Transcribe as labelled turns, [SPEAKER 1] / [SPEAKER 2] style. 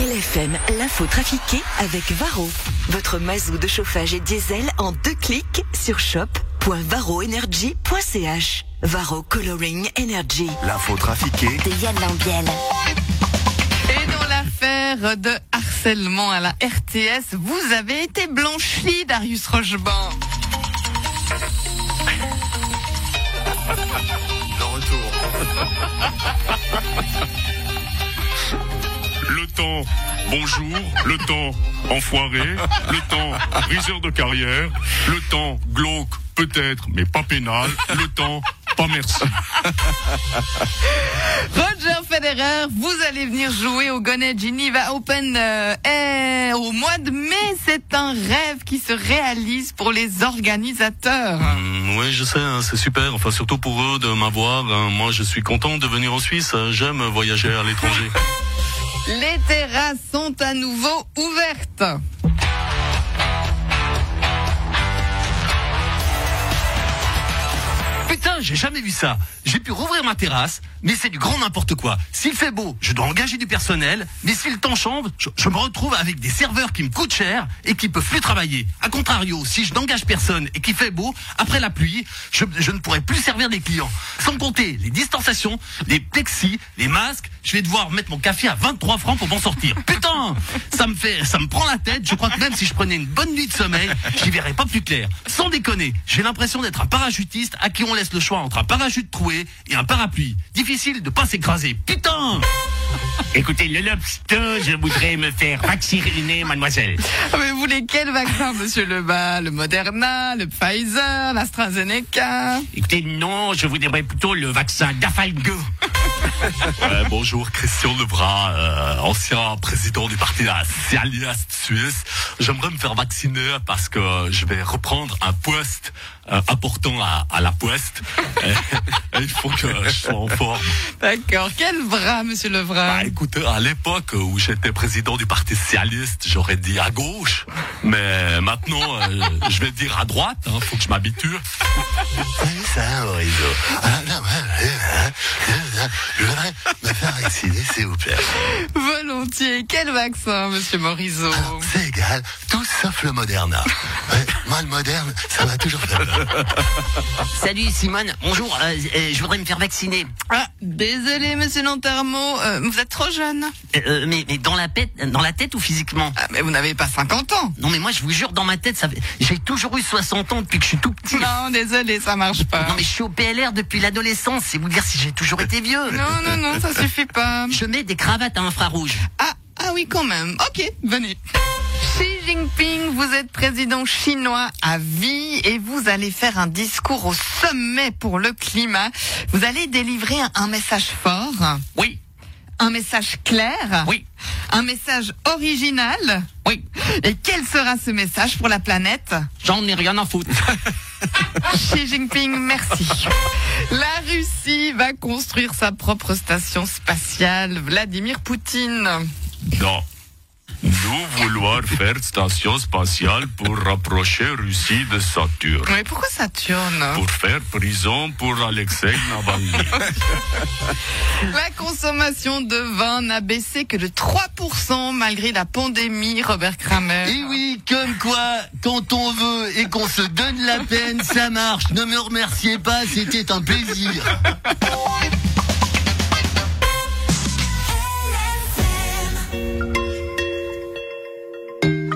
[SPEAKER 1] LFM, l'info trafiquée avec Varro. Votre mazou de chauffage et diesel en deux clics sur shop.varroenergy.ch. Varro Coloring Energy.
[SPEAKER 2] L'info trafiquée
[SPEAKER 3] de Yann Lambiel.
[SPEAKER 4] Et dans l'affaire de harcèlement à la RTS, vous avez été blanchi, Darius Rocheban.
[SPEAKER 2] de retour.
[SPEAKER 5] Le temps, bonjour. Le temps, enfoiré. Le temps, briseur de carrière. Le temps, glauque, peut-être, mais pas pénal. Le temps, pas merci.
[SPEAKER 4] Roger Federer, vous allez venir jouer au Gonnet Geneva Open euh, eh, au mois de mai. C'est un rêve qui se réalise pour les organisateurs.
[SPEAKER 6] Hum, ouais, je sais, hein, c'est super. Enfin, surtout pour eux de m'avoir. hein. Moi, je suis content de venir en Suisse. Euh, J'aime voyager à l'étranger.
[SPEAKER 4] Les terrasses sont à nouveau ouvertes. Ah,
[SPEAKER 7] Putain, j'ai jamais vu ça. J'ai pu rouvrir ma terrasse, mais c'est du grand n'importe quoi. S'il fait beau, je dois engager du personnel, mais si le temps change, je, je me retrouve avec des serveurs qui me coûtent cher et qui peuvent plus travailler. A contrario, si je n'engage personne et qu'il fait beau, après la pluie, je, je ne pourrai plus servir des clients. Sans compter les distanciations, les plexis, les masques, je vais devoir mettre mon café à 23 francs pour m'en sortir. Putain Ça me fait, ça me prend la tête. Je crois que même si je prenais une bonne nuit de sommeil, j'y verrais pas plus clair. Sans déconner, j'ai l'impression d'être un parachutiste à qui on laisse le choix entre un parachute troué et un parapluie. Difficile de pas s'écraser. Putain
[SPEAKER 8] Écoutez, le lobster, je voudrais me faire
[SPEAKER 6] Euh,
[SPEAKER 8] vacciner, mademoiselle.
[SPEAKER 4] Ah, Mais vous voulez quel vaccin, monsieur Lebas Le Moderna, le Pfizer, l'AstraZeneca
[SPEAKER 8] Écoutez, non, je voudrais plutôt le vaccin d'Afalgo. euh,
[SPEAKER 6] Ouais, bonjour, Christian Levra, euh, ancien président du parti nationaliste suisse. J'aimerais me faire vacciner parce que je vais reprendre un poste euh, important à, à la poste. Et- et il faut que je sois en forme.
[SPEAKER 4] D'accord. Quel bras, monsieur Levra
[SPEAKER 6] Bah, écoutez, à l'époque où j'étais président du Parti socialiste, j'aurais dit à gauche, mais maintenant euh, je vais dire à droite. Hein, faut que je m'habitue. Ça, je voudrais me faire vacciner, s'il vous plaît.
[SPEAKER 4] Volontiers. Quel vaccin, monsieur Morisot
[SPEAKER 6] C'est égal, tout sauf le Moderna. Ouais, moi, le moderne, ça m'a toujours fait peur.
[SPEAKER 8] Salut Simone, bonjour, euh, euh, je voudrais me faire vacciner.
[SPEAKER 4] Ah, désolé, monsieur Lantermo, euh, vous êtes trop jeune.
[SPEAKER 8] Euh, euh, mais, mais dans la tête, dans la tête ou physiquement
[SPEAKER 4] Ah, mais vous n'avez pas 50 ans.
[SPEAKER 8] Non mais moi je vous jure, dans ma tête, ça fait- j'ai toujours eu 60 ans depuis que je suis tout petit.
[SPEAKER 4] Non, désolé, ça marche pas.
[SPEAKER 8] Non mais je suis au PLR depuis l'adolescence, c'est vous dire si j'ai toujours été vieux.
[SPEAKER 4] Non, non, non, ça suffit pas.
[SPEAKER 8] Je mets des cravates à infrarouge.
[SPEAKER 4] Ah, ah oui, quand même. Ok, venez. Xi Jinping, vous êtes président chinois à vie et vous allez faire un discours au sommet pour le climat. Vous allez délivrer un- un message fort,
[SPEAKER 8] Oui,
[SPEAKER 4] un message clair,
[SPEAKER 8] oui,
[SPEAKER 4] un message original.
[SPEAKER 8] oui,
[SPEAKER 4] Et quel sera ce message pour la planète
[SPEAKER 8] j'en ai rien à foutre.
[SPEAKER 4] Xi Jinping, merci. La Russie va construire sa propre station spatiale. Vladimir Poutine.
[SPEAKER 5] Non. Nous vouloir faire station spatiale pour rapprocher Russie de Saturne.
[SPEAKER 4] Mais pourquoi Saturne
[SPEAKER 5] Pour faire prison pour Alexei Navalny.
[SPEAKER 4] La consommation de vin n'a baissé que de 3% malgré la pandémie, Robert Kramer.
[SPEAKER 7] Et Eh oui, comme quoi, quand on veut et qu'on se donne la peine, ça marche. Ne me remerciez pas, c'était un plaisir.